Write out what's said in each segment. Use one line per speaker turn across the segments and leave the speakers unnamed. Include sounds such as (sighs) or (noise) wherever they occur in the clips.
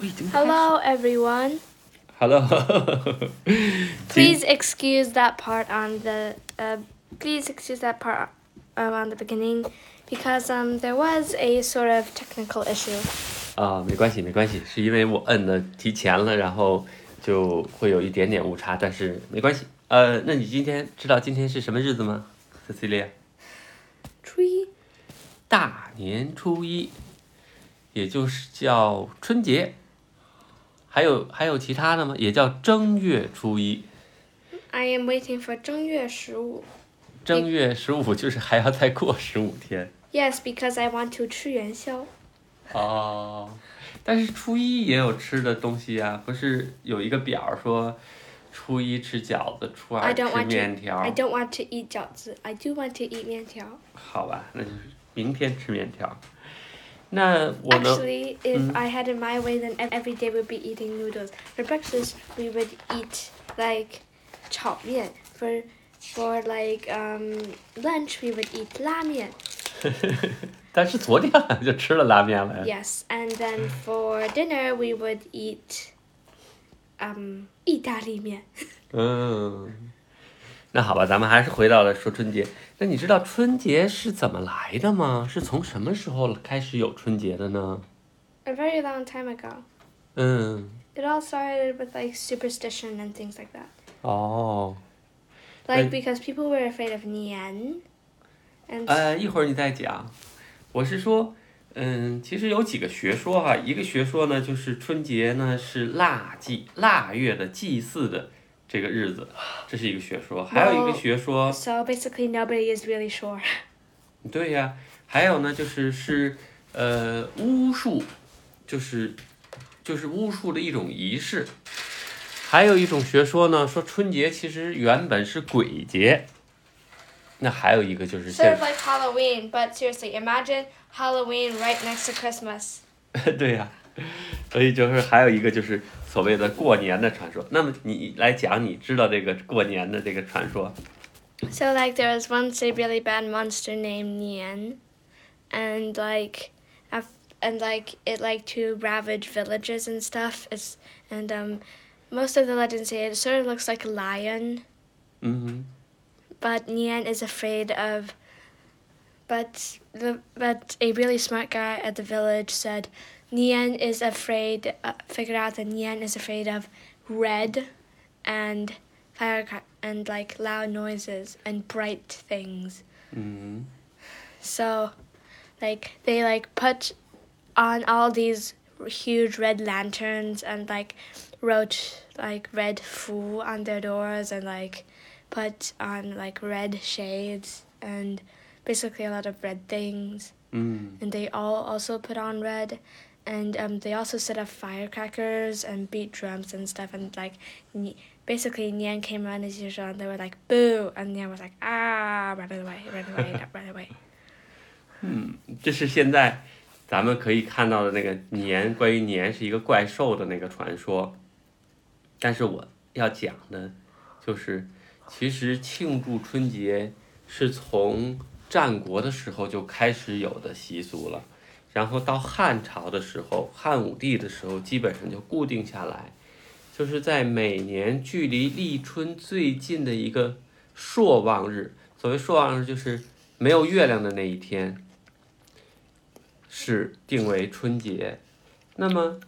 已经开始
Hello, everyone.
Hello，
(laughs) Please excuse that part on the. Uh, please excuse that part um, on the beginning, because um there was a sort of technical issue.
啊、没关系，没关系，是因为我摁的提前了，然后就会有一点点误差，但是没关系。呃，那你今天知道今天是什么日子吗，Cecilia？
Tree.
大年初一，也就是叫春节。还有还有其他的吗？也叫正月初一，
I am waiting for 正月十五.
正月十五就是还要再过十五天
Yes, because I want to 吃元宵.
哦。但是初一也有吃的东西啊，不是有一个表儿说，初一吃饺子，初
I
二吃
don't want
面
to.
条
I
儿。
don't want to eat 饺子. I do want to eat 面条.
好吧，那就是明天吃面条儿。那我能
Actually, if I had it my way, then ev- every day we'd be eating noodles. For breakfast, we would eat like 炒面. For for like um lunch, we would eat 拉面.
但是昨天晚上就吃了拉面了呀。
Yes, and then for dinner, we would eat um 意大利面。
嗯，那好吧，咱们还是回到了说春节。那你知道春节是怎么来的吗？是从什么时候开始有春节的呢？
A very long time ago,
嗯，
it all started with like superstition and things like that.
哦，
Like
Right.
because people were afraid of 年, and
呃，一会儿你再讲。我是说，嗯，其实有几个学说哈、一个学说呢，就是春节呢是腊祭腊月的祭祀的这个日子，这是一个学说。还有一个学说，
so basically nobody is really sure.
对呀、还有呢，就是是呃巫术，就是就是巫术的一种仪式。还有一种学说呢，说春节其实原本是鬼节。那还有一个就是
Sort
现
of like Halloween, but seriously, imagine Halloween right next to Christmas.
(laughs) 对呀、所以就是还有一个就是所谓的过年的传说。那么你来讲，你知道这个过年的这个传说？
So, like, there was once a really bad monster named Nian, and like, af- and like it liked to ravage villages and stuff. It's and um, most of the legends say it sort of looks like a lion,
嗯，
but Nian is afraid of. But the but a really smart guy at the village said, Nian is afraid. Uh, figured out that Nian is afraid of red, and firecrack and like loud noises and bright things.
嗯
So, like they like put on all these huge red lanterns and like wrote like red foo on their doors and like put on like red shades and basically a lot of red things.
嗯
And they all also put on red. And um, they also set up firecrackers and beat drums and stuff. And like, Ni- basically, Nian came around as usual and they were like, boo. And Nian was like, ah, run away, run away, run away.
嗯，这是现在咱们可以看到的那个年，关于年是一个怪兽的那个传说。但是我要讲的，就是其实庆祝春节是从战国的时候就开始有的习俗了，然后到汉朝的时候，汉武帝的时候基本上就固定下来，就是在每年距离立春最近的一个朔望日。所谓朔望日，就是没有月亮的那一天，是定为春节。那么，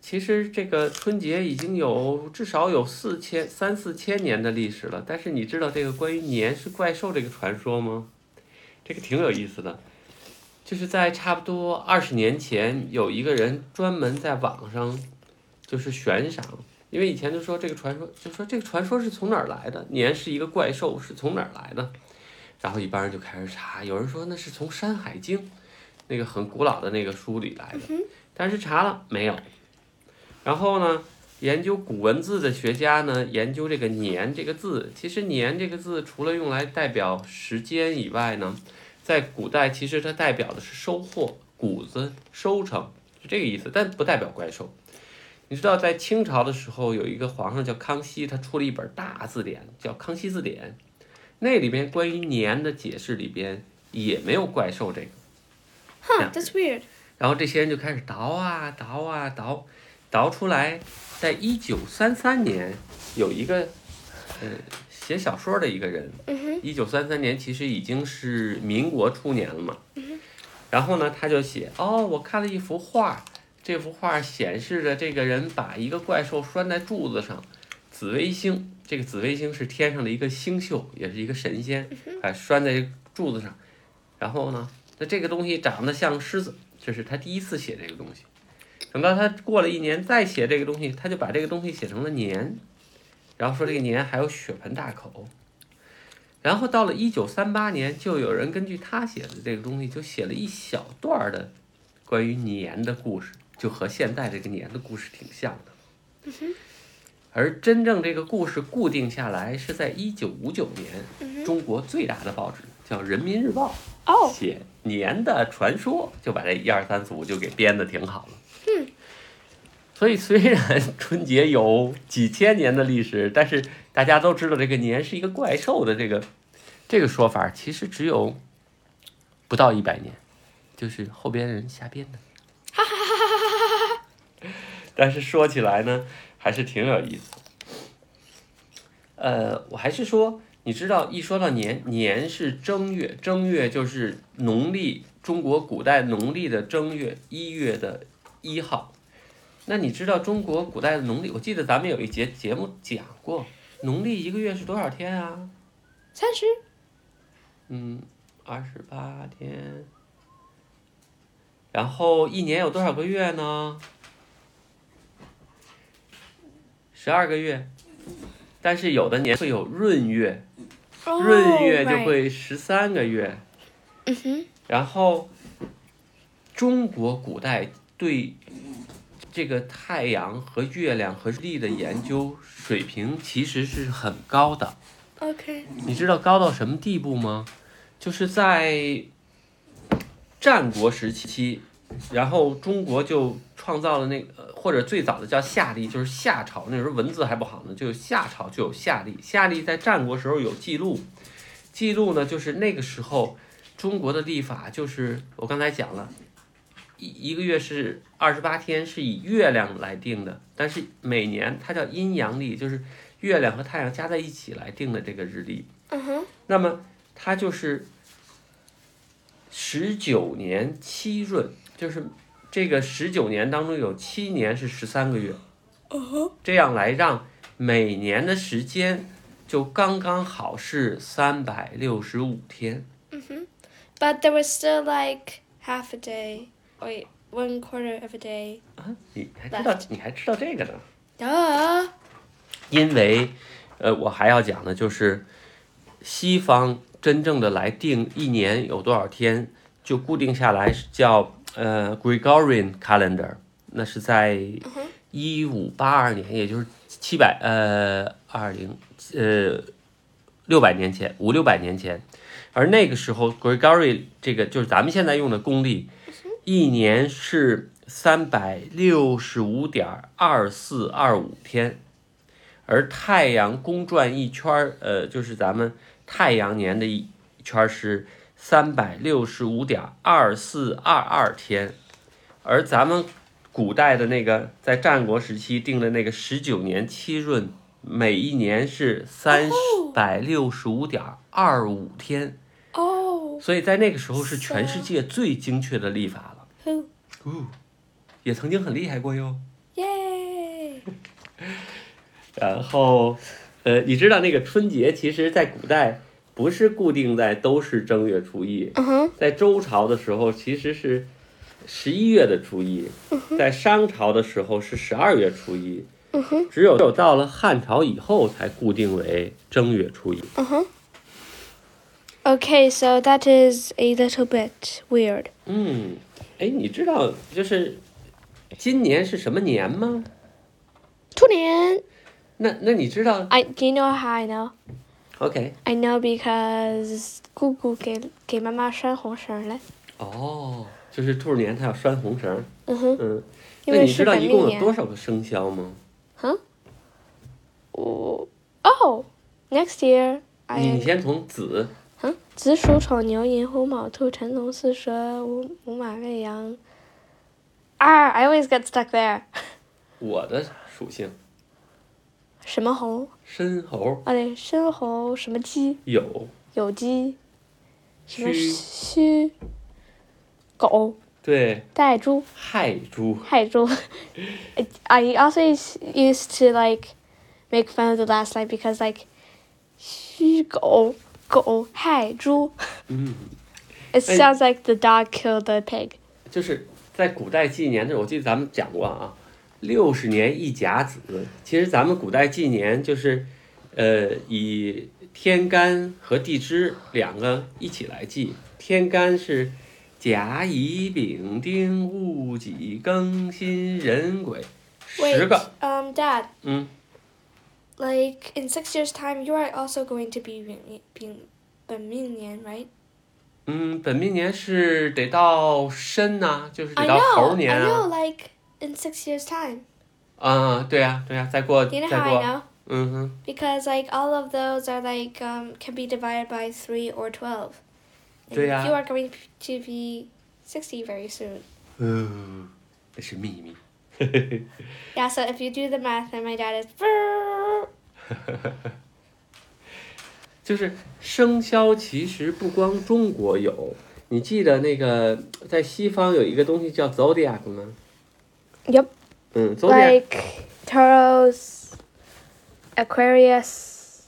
其实这个春节已经有至少有四千三四千年的历史了。但是你知道这个关于年是怪兽这个传说吗？这个挺有意思的，就是在差不多二十年前，有一个人专门在网上就是悬赏。因为以前就说这个传说，就说这个传说是从哪儿来的？年是一个怪兽，是从哪儿来的？然后一般人就开始查，有人说那是从《山海经》那个很古老的那个书里来的，但是查了没有。然后呢，研究古文字的学家呢，研究这个“年”这个字，其实“年”这个字除了用来代表时间以外呢，在古代其实它代表的是收获、谷子、收成，是这个意思，但不代表怪兽。你知道，在清朝的时候，有一个皇上叫康熙，他出了一本大字典，叫《康熙字典》。那里面关于年的解释里边也没有怪兽这个。
Huh, that's weird.
然后这些人就开始倒啊倒啊倒，倒出来，在一九三三年有一个，呃，写小说的一个人，
嗯哼，
一九三三年其实已经是民国初年了嘛。
嗯
然后呢，他就写哦，我看了一幅画，这幅画显示着这个人把一个怪兽拴在柱子上，紫微星。这个紫微星是天上的一个星宿，也是一个神仙，
嗯
哎，拴在柱子上。然后呢，那这个东西长得像狮子，这是他第一次写这个东西。等到他过了一年再写这个东西，他就把这个东西写成了年，然后说这个年还有血盆大口。然后到了一九三八年，就有人根据他写的这个东西，就写了一小段儿的关于年的故事，就和现在这个年的故事挺像的。而真正这个故事固定下来，是在一九五九年，中国最大的报纸叫《人民日报》
哦，
写年的传说，就把这一二三四五就给编的挺好了。 (laughs) 所以虽然春节有几千年的历史，但是大家都知道这个年是一个怪兽的这个这个说法，其实只有不到一百年，就是后边人瞎编的。 (laughs) 但是说起来呢，还是挺有意思的。呃，我还是说，你知道，一说到年，年是正月，正月就是农历中国古代农历的正月一月的一号。那你知道中国古代的农历？我记得咱们有一节节目讲过，农历一个月是多少天啊？
三十
嗯，二十八天。然后一年有多少个月呢？十二个月。但是有的年会有闰月，
Oh, 哦
闰月就，会十三个月。
嗯哼，
然后，中国古代对这个太阳和月亮和日历的研究水平其实是很高的。
OK，
你知道高到什么地步吗？就是在战国时期，然后中国就创造了那个，呃或者最早的叫夏历，就是夏朝。那时候文字还不好呢，就有夏朝就有夏历。夏历在战国时候有记录，记录呢就是那个时候中国的历法，就是我刚才讲了。一一个月是二十八天，是以月亮来定的，但是每年它叫阴阳历，就是月亮和太阳加在一起来定的这个日历。
嗯哼，
那么它就是十九年七闰，就是这个十九年当中有七年是十三个月，这样来让每年的时间就刚刚好是三百六十五天。
But there was still like half a day. Wait, one quarter of a day.
啊，你还知道你还知道这个呢？
Duh.
因为，呃，我还要讲的就是，西方真正的来定一年有多少天，就固定下来是叫呃 Gregorian calendar，那是在一五八二年，也就是七百呃二零呃六百年前五六百年前，而那个时候 Gregorian 这个就是咱们现在用的公历，一年是三百六十五点二四二五天。而太阳公转一圈儿，呃，就是咱们太阳年的一圈儿是三百六十五点二四二二天，而咱们古代的那个在战国时期定的那个十九年七闰，每一年是三百六十五点二五天，
Oh.
所以在那个时候是全世界最精确的历法了。
Who?
哦，也曾经很厉害过哟。
Yay.
然后，呃，你知道那个春节，其实在古代不是固定在都是正月初一，
Uh huh.
在周朝的时候其实是十一月的初一，在商朝的时候是十二月初一，只有到了汉朝以后才固定为正月初一。
Uh huh. Okay, so that is a little bit weird.
嗯，哎，你知道就是今年是什么年吗？
Tunian.
那那你知道
I do you know how I know?
？OK，
I know because Google gave gave Mama Shan Hong Shan
哦，就是兔年它要拴红绳儿。
Uh huh.
嗯，
因
那
为
你知
是
道
本
一
命
共有
年
多少个生肖吗？
Oh, next year
你
I
你先从子
嗯，子鼠、丑、牛、寅、虎、卯、兔、辰、龙、巳、蛇、午午马、未羊、 R. I always get stuck there.
我的属性，
什么猴？
申猴
啊，对，申猴什么鸡？
有
有鸡，什么
戌，
戌？狗、
对，
袋猪、
亥猪，
亥猪。I also used to like make fun of the last line because like 戌狗狗亥猪。
嗯，
It
哎
sounds like the dog killed the pig.
就是在古代纪年的时候，我记得咱们讲过啊，六十年一甲子。其实咱们古代纪年就是，呃，以天干和地支两个一起来记。天干是甲乙丙丁戊己庚辛壬癸，十个。
um, Dad.
嗯，
Like in six years' time, you are also going to be being being Baminian, right?
嗯，本命年是得到申呐、就是得
I
到
know.
猴年
I know.
啊。
Like in six years' time,
啊，对呀、对呀、再过
you know
再
how I
过，
know?
嗯哼，
Because like all of those are like um, can be divided by three or twelve. And
对呀。
You are going to be sixty very soon.
嗯，这是秘密。 (laughs)
Yeah. So if you do the math, then my dad is.
就是生肖，其实不光中国有，你记得那个在西方有一个东西叫 zodiac 吗？
Yep.
嗯，zodiac，
Like Taurus, Aquarius,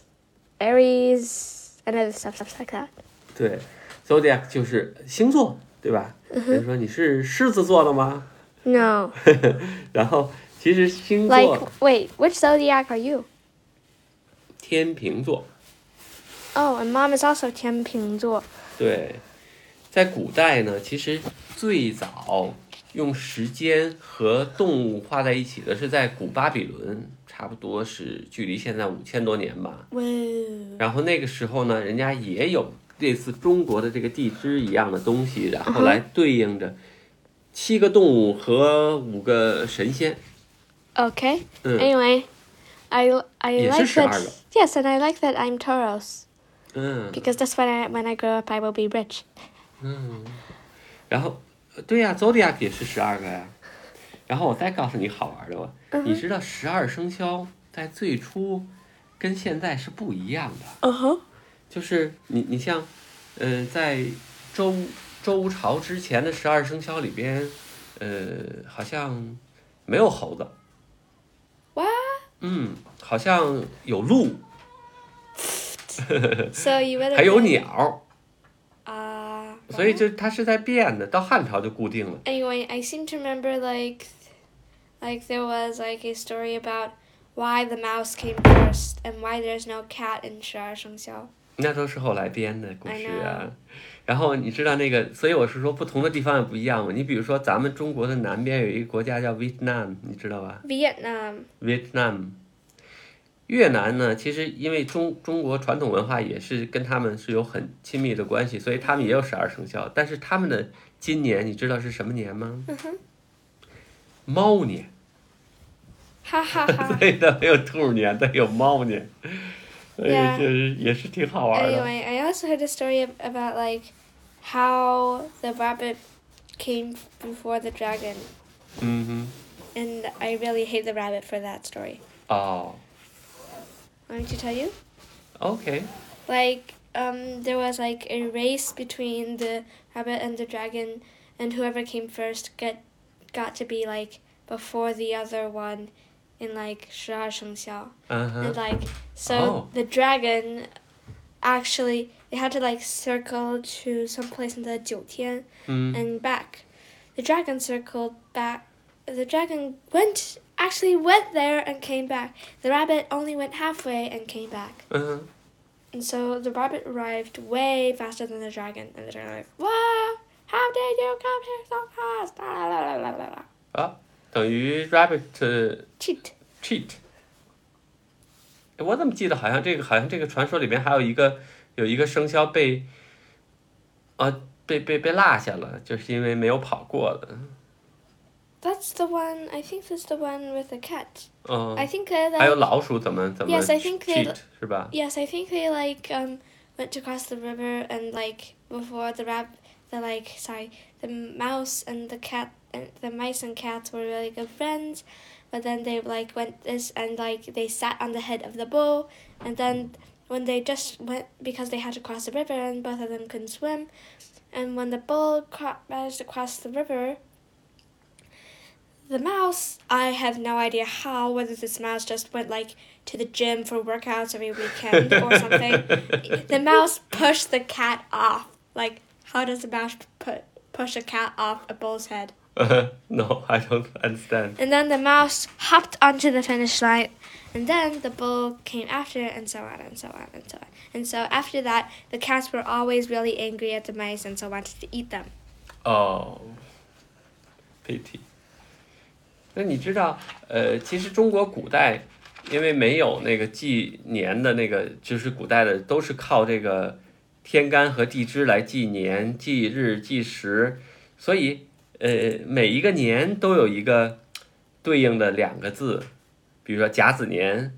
Aries, and other stuff, stuff like that.
对，zodiac 嗯就是星座，对吧？比如说你是狮子座的吗？ (laughs)
No.
然后其实星座
Like, wait, which zodiac are you?
天平座，
Oh, and mom is also 天秤座.
对，在古代呢，其实最早用时间和动物画在一起的是在古巴比伦，差不多是距离现在五千多年吧。
Whoa.
然后那个时候呢，人家也有类似中国的这个地支一样的东西，然后来对应着七个动物和五个神仙。
Okay.
嗯
Anyway, I I
也是
like that.
12.
Yes, and I like that I'm Taurus
嗯
because that's when I when I grow up I will be rich.
嗯，然后呃对呀、z o d i a c 也是十二个呀。然后我再告诉你好玩的吧，你知道十二生肖在最初跟现在是不一样的。
Uh huh.
就是你你像，呃，在周周朝之前的十二生肖里边，呃，好像没有猴子，
What?
嗯，好像有鹿，
So you would
还有鸟，
Ah.
所以就它是在变的。到汉朝就固定了，
anyway, I seem to remember like like there was like a story about why the mouse came first and why there's no cat in 十二生肖.
那都是后来编的故事
I know
啊。然后你知道那个，所以我是说不同的地方也不一样嘛。你比如说咱们中国的南边有一个国家叫 Vietnam，你知道吧？
Vietnam.
Vietnam。越南呢，其实因为中中国传统文化也是跟他们是有很亲密的关系，所以他们也有十二生肖。但是他们的今年你知道是什么年吗？
嗯
猫
(laughs)
年，
Ha ha ha.
所以它没有兔年，它有猫年，所以
Yeah 哎
就是也是挺好玩的。
Anyway, I also heard a story ab- about like how the rabbit came before the dragon,
嗯哼，
and I really hate the rabbit for that story.
哦
Want me to tell you?
，OK，
Like, um, there was like a race between the rabbit and the dragon, and whoever came first get got to be like before the other one, in like 十二生肖.
嗯
And
哼，
like so
Oh.
the dragon actually they had to like circle to some place in the 九天
嗯
and back. The dragon circled back the dragon went actually went there and came back. The rabbit only went halfway and came back.
嗯哼，
And so the rabbit arrived way faster than the dragon and the dragon was like, Wow, how did you come here so fast? La, la, la, la, la, la.
啊，等于 rabbit
Cheat.
cheat。我怎么记得好像这个好像这个传说里面还有一个有一个生肖被，啊被被被落下了，就是因为没有跑过的。
That's the one I think that's the one with the cat.
嗯，
I think uh, that
还有老鼠怎么怎么
Yes, I think they-
cheat 是吧？ (laughs)
Yes, I think they like um went to cross the river and like before the rab the like sorry the mouse and the cat and the mice and cats were really good friends, but then they like went this and like they sat on the head of the bull, and then when they just went because they had to cross the river and both of them couldn't swim, and when the bull cro- managed to cross the river. The mouse, I have no idea how, whether this mouse just went like to the gym for workouts every weekend or something. the mouse pushed the cat off. Like, how does a mouse put, push a cat off a bull's head?
no, I don't understand.
And then the mouse hopped onto the finish line, and then the bull came after it, and so on and so on and so on. And so after that, the cats were always really angry at the mice and so wanted to eat them.
哦，pity。那你知道，呃，其实中国古代因为没有那个纪年的那个，就是古代的都是靠这个天干和地支来纪年、纪日、纪时，所以呃，每一个年都有一个对应的两个字，比如说甲子年，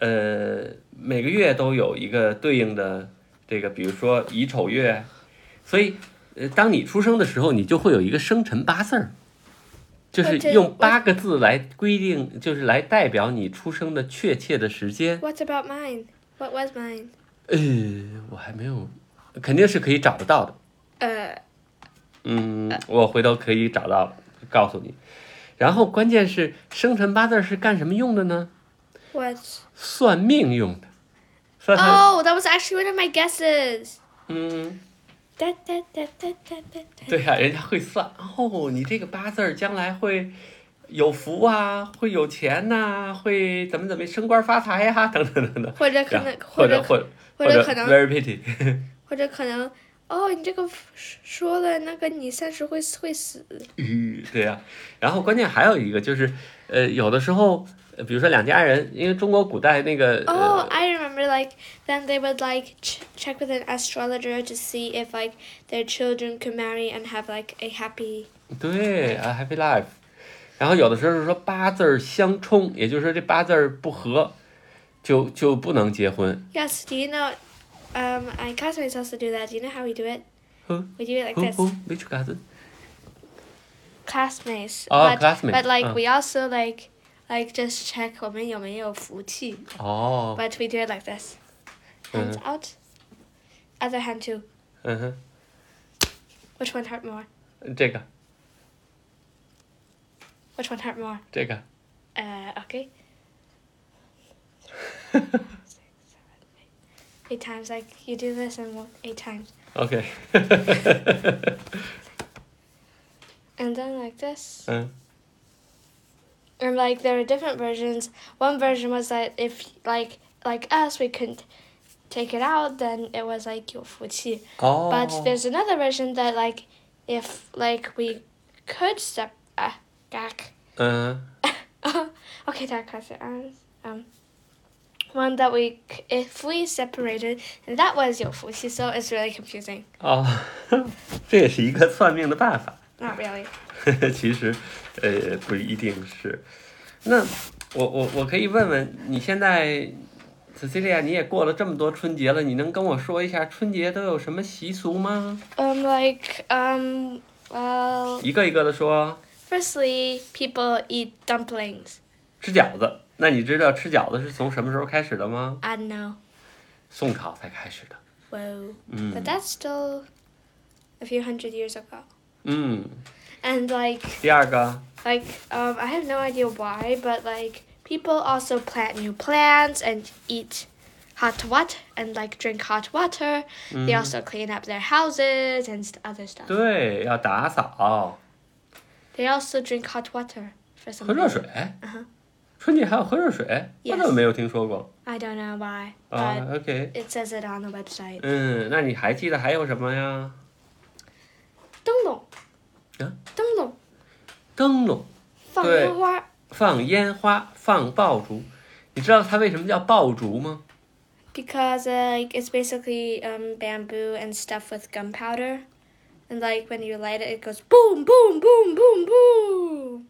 呃，每个月都有一个对应的这个，比如说乙丑月，所以呃，当你出生的时候，你就会有一个生辰八字儿，就是
我呃这
用八个字来规定，就是来代表你出生的确切的时间。
What about mine? What was mine?
呃，我还没有，肯定是可以找得到的。
Uh,
嗯，我回头可以找到告诉你。然后关键是生辰八字是干什么用的呢？
what?
算命用的。算算
Oh, that was actually one of my guesses.
嗯，
Da, da, da, da, da, da, da.
对啊呀、人家会算哦，你这个八字儿将来会有福啊，会有钱呐、会怎么怎么升官发财呀、等等等等。
或者可能，
或
或
者
者
或者
或者可能
very pity，
或者可能，哦，你这个说了那个你三十会会死，
(laughs) 对呀、然后关键还有一个就是，呃，有的时候，呃比如说两家人，因为中国古代那个、
Oh,
呃
I remember. Like then they would like ch- check with an astrologer to see if like their children could marry and have like a happy.
对啊，Happy Life。然后有的时候是说八字儿相冲，也就是说这八字儿不合，就就不能结婚。
Yes. Do you know? Um, my classmates also do that. Do you know how we do it?
Huh?
We do it like
呼
this.
呼，which cousin？
Classmates.
Oh,
but,
classmates,
But like
uh.
we also like like just check 我们有没有福气.
哦，
But we do it like this.
Uh-huh.
Hands out. Other hand too.
嗯哼，
Which one hurt more?
这个
Which one hurt more?
这个
Uh, okay. eight times, like you do this and walk eight times,
OK， (laughs)
and then like this.
嗯
And like there are different versions. One version was that if like like us we couldn't take it out, then it was like your fuqi.
哦，
But there's another version that like if like we could step uh, back.
嗯
(laughs) okay, that question. Um, um, one that we c- if we separated, and that was your fuqi, so it's really confusing.
哦， (laughs) 这也是一个算命的办法。
Not really.
(laughs) 其实，呃，不一定是。那我我我可以问问你现在，Cecilia，你也过了这么多春节了，你能跟我说一下春节都有什么习俗吗？
Um, like um, well,
一个一个的说。
firstly, people eat dumplings.
吃饺子，那你知道吃饺子是从什么时候开始的吗？
I don't know.
宋朝才开始的。
Whoa.
嗯
But that's still a few hundred years ago.
嗯，
And like,
第二个，
like um, I have no idea why, but like people also plant new plants and eat hot water and like drink hot water. They also clean up their houses and st- other stuff.
对，要打扫，
They also drink hot water for some
喝热
reason.
水。春节还有喝热水，我
Yes
怎么没有听说过
I don't know why,
啊
but
？OK，
it says it on the website.
嗯，那你还记得还有什么呀？
灯笼，
啊？
灯笼，
灯笼。对。
放烟花。
放烟花、放爆竹。你知道它为什么叫爆竹吗？
Because uh, like it's basically um, bamboo and stuff with gunpowder, and like when you light it, it goes boom, boom, boom, boom, boom.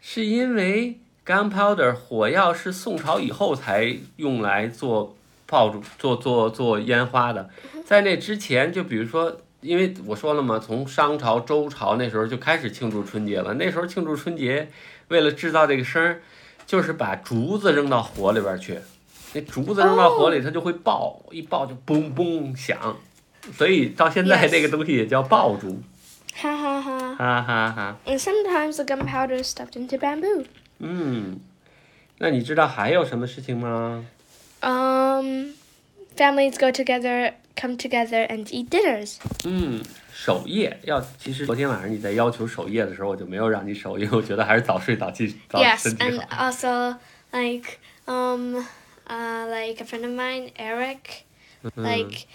是因为 gunpowder 火药是宋朝以后才用来做爆竹、做做做烟花的，在那之前，就比如说因为我说了嘛，从商朝、周朝那时候就开始庆祝春节了。那时候庆祝春节，为了制造这个声儿，就是把竹子扔到火里边儿去，那竹子扔到火里，它就会爆，一爆就嘣嘣响。所以到现在
Yes
这个东西也叫爆竹，
Ha ha ha.
哈哈哈。
And sometimes the gunpowder is stuffed into bamboo.
嗯，那你知道还有什么事情吗？
Um, families go together, come together, and eat dinners.
嗯，守夜要，其实昨天晚上你在要求守夜的时候，我就没有让你守，因为我觉得还是早睡早起早
yes,
身体
and
好。
also like um, uh, like a friend of mine, Eric,
嗯
like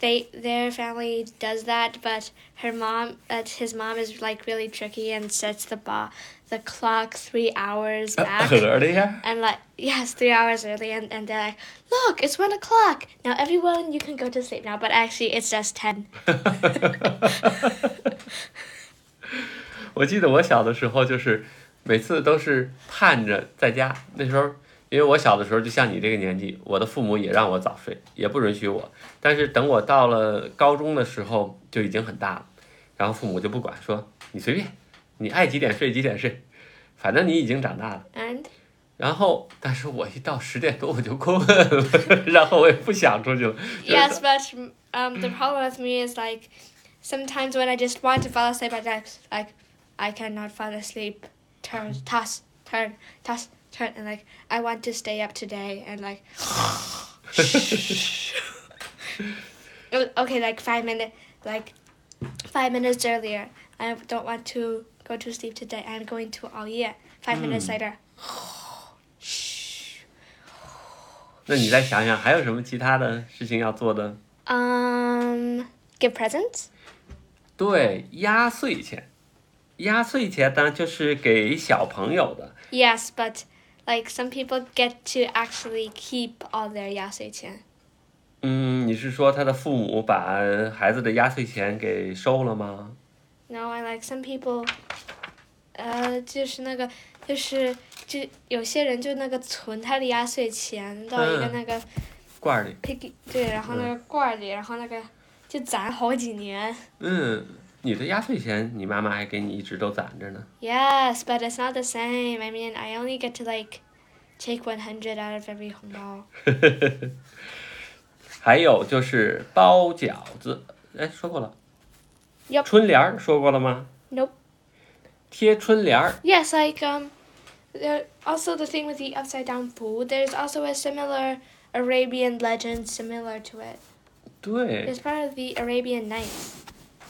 they their family does that, but her mom, but his mom is like really tricky and sets the ba- the clock three hours
呃
back.
合着呀。
And like yes, three hours early, and, and they're like, look, it's one o'clock now. Everyone, you can go to sleep now. But actually, it's just ten.
我记得我小的时候就是每次都是盼着在家，那时候因为我小的时候就像你这个年纪，我的父母也让我早睡，也不允许我。但是等我到了高中的时候就已经很大了，然后父母就不管，说你随便，你爱几点睡几点睡，反正你已经长大了。
And
然后，但是我一到十点多我就困了， (laughs) 然后我也不想出去了。就是
Yes, but um, the problem with me is like sometimes when I just want to fall asleep, I just like I cannot fall asleep. Turn, toss, turn, toss, turn, and like I want to stay up today, and like (laughs) Oh, okay, like five minutes, like five minutes earlier. I don't want to go to sleep today. I'm going to all year. Five minutes later.
那你再想想还有什么其他的事情要做的？
Um, give presents.
对，压岁钱，压岁钱呢就是给小朋友的。
Yes, but like some people get to actually keep all their yaseitian.
嗯，你是说他的父母把孩子的压岁钱给收了吗？
No, I like some people. uh, 呃，就是那个，就是就有些人就那个存他的压岁钱到一个
嗯
那个
罐儿里。
piggy，、对，然后那个罐儿里，然后那个就攒好几年。
嗯，你的压岁钱，你妈妈还给你一直都攒着呢。
Yes, but it's not the same. I mean, I only get to like take one hundred out of every 红包。
还有就是包饺子，哎，说过了。
Yup
春联儿说过了吗？
Nope.
贴春联儿，
Yes, like um, there also the thing with the upside down food. There's also a similar Arabian legend similar to it.
对
It's part of the Arabian Nights.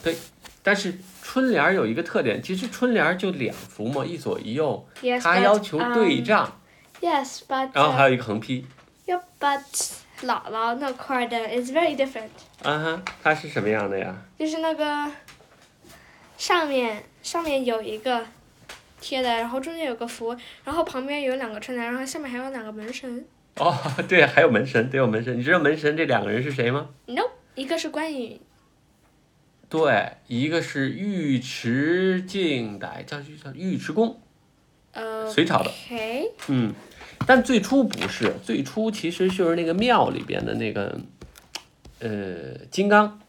对。但是春联儿有一个特点，其实春联儿就两幅嘛，一左一右，
Yes,
它
but,
要求
um,
对仗，
yes, but
然后
uh,
还有一个横批。
yep, but 姥姥那块的 is very different.
啊哈，它是什么样的呀？
就是那个上面上面有一个贴的，然后中间有个符，然后旁边有两个春联，然后下面还有两个门神。Nope，一个是关羽，
哦， (laughs) 对，还有门神，得有门神。你知道门神这两个人是谁吗？对，一个是尉迟敬歹，叫叫尉迟恭，
呃，
隋朝的。
OK，
嗯，但最初不是，最初其实就是那个庙里边的那个，呃，金刚，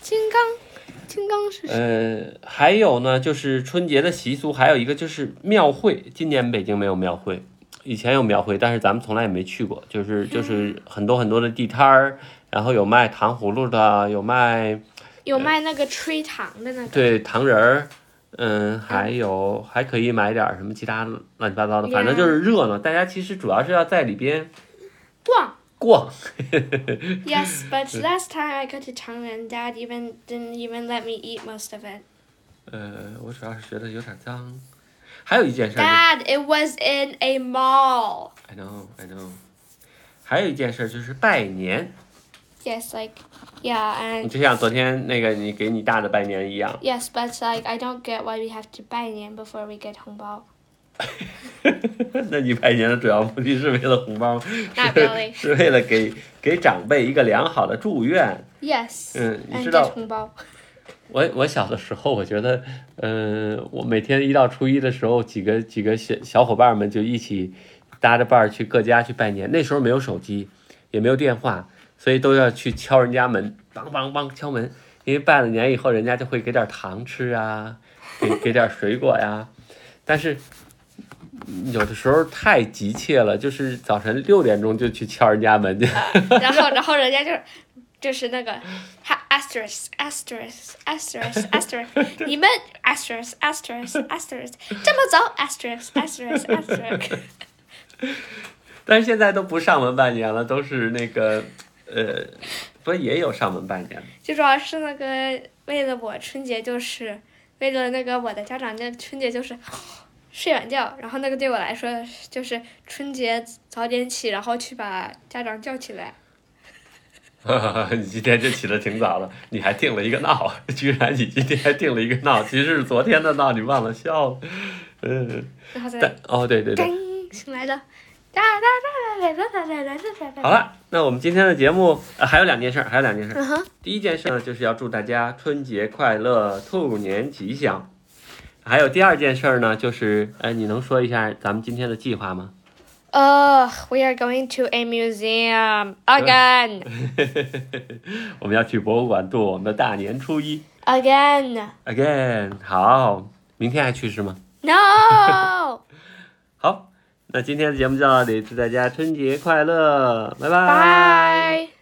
金刚，金刚是谁？
呃，还有呢，就是春节的习俗，还有一个就是庙会。今年北京没有庙会，以前有庙会，但是咱们从来也没去过。就是就是很多很多的地摊儿，然后有卖糖葫芦的，有卖。
有卖那个吹糖的那个。
对糖人儿，嗯，还有还可以买点儿什么其他乱七八糟的，反正就是热闹。大家其实主要是要在里边
逛。
逛。 (laughs)
Yes, but last time I got to Changren, Dad even didn't even let me eat most of it.
呃，我主要是觉得有点脏。还有一件事儿就是
Dad, it was in a mall.
，I know, I know。还有一件事儿就是拜年，
Yes, like, yeah,
你
and
就像昨天那个你给你大的拜年一样。 (laughs)
yes, but like I don't get why we have to buy Nian before we get Hongbao.
那你拜年的主要目的是为了红包吗？
Not
是 (laughs)
really.
是为了给给长辈一个良好的祝愿。
Yes,
嗯，你
and
知
get
道
Hongbao.
我我小的时候，我觉得，呃，我每天一到初一的时候，几个几个小小伙伴们就一起搭着伴儿去各家去拜年。那时候没有手机，也没有电话，所以都要去敲人家门，梆梆梆敲门。因为拜了年以后，人家就会给点糖吃啊，给给点水果呀。但是嗯有的时候太急切了，就是早晨六点钟就去敲人家门去。
然后然后人家就是就是那个，他 asterisk asterisk asterisk asterisk，你们 asterisk asterisk asterisk，这么早 asterisk asterisk asterisk，
但是现在都不上门拜年了，都是那个呃，不是也有上门拜年的。
最主要是那个为了我春节就是为了那个我的家长，那春节就是。 (sighs) 睡懒觉，然后那个对我来说就是春节早点起，然后去把家长叫起来。
(laughs) 你今天就起得挺早了，你还定了一个闹，居然你今天还定了一个 (laughs) 闹，其实是昨天的闹，你忘了笑了。嗯，
然后再
但哦对对对，
叮醒来的，哒哒哒哒哒哒哒哒哒。
好，了，那我们今天的节目、呃还有两件事，还有两件事。
嗯哼，
第一件事呢，就是要祝大家春节快乐，兔年吉祥。还有第二件事呢，就是呃，你能说一下咱们今天的计划吗？
呃，We are going to a museum again,
(laughs) 我们要去博物馆度我们的大年初一
again.
again。好，明天还去是吗？ (laughs)
No,
好，那今天的节目就到这里，祝大家春节快乐，拜拜。
bye.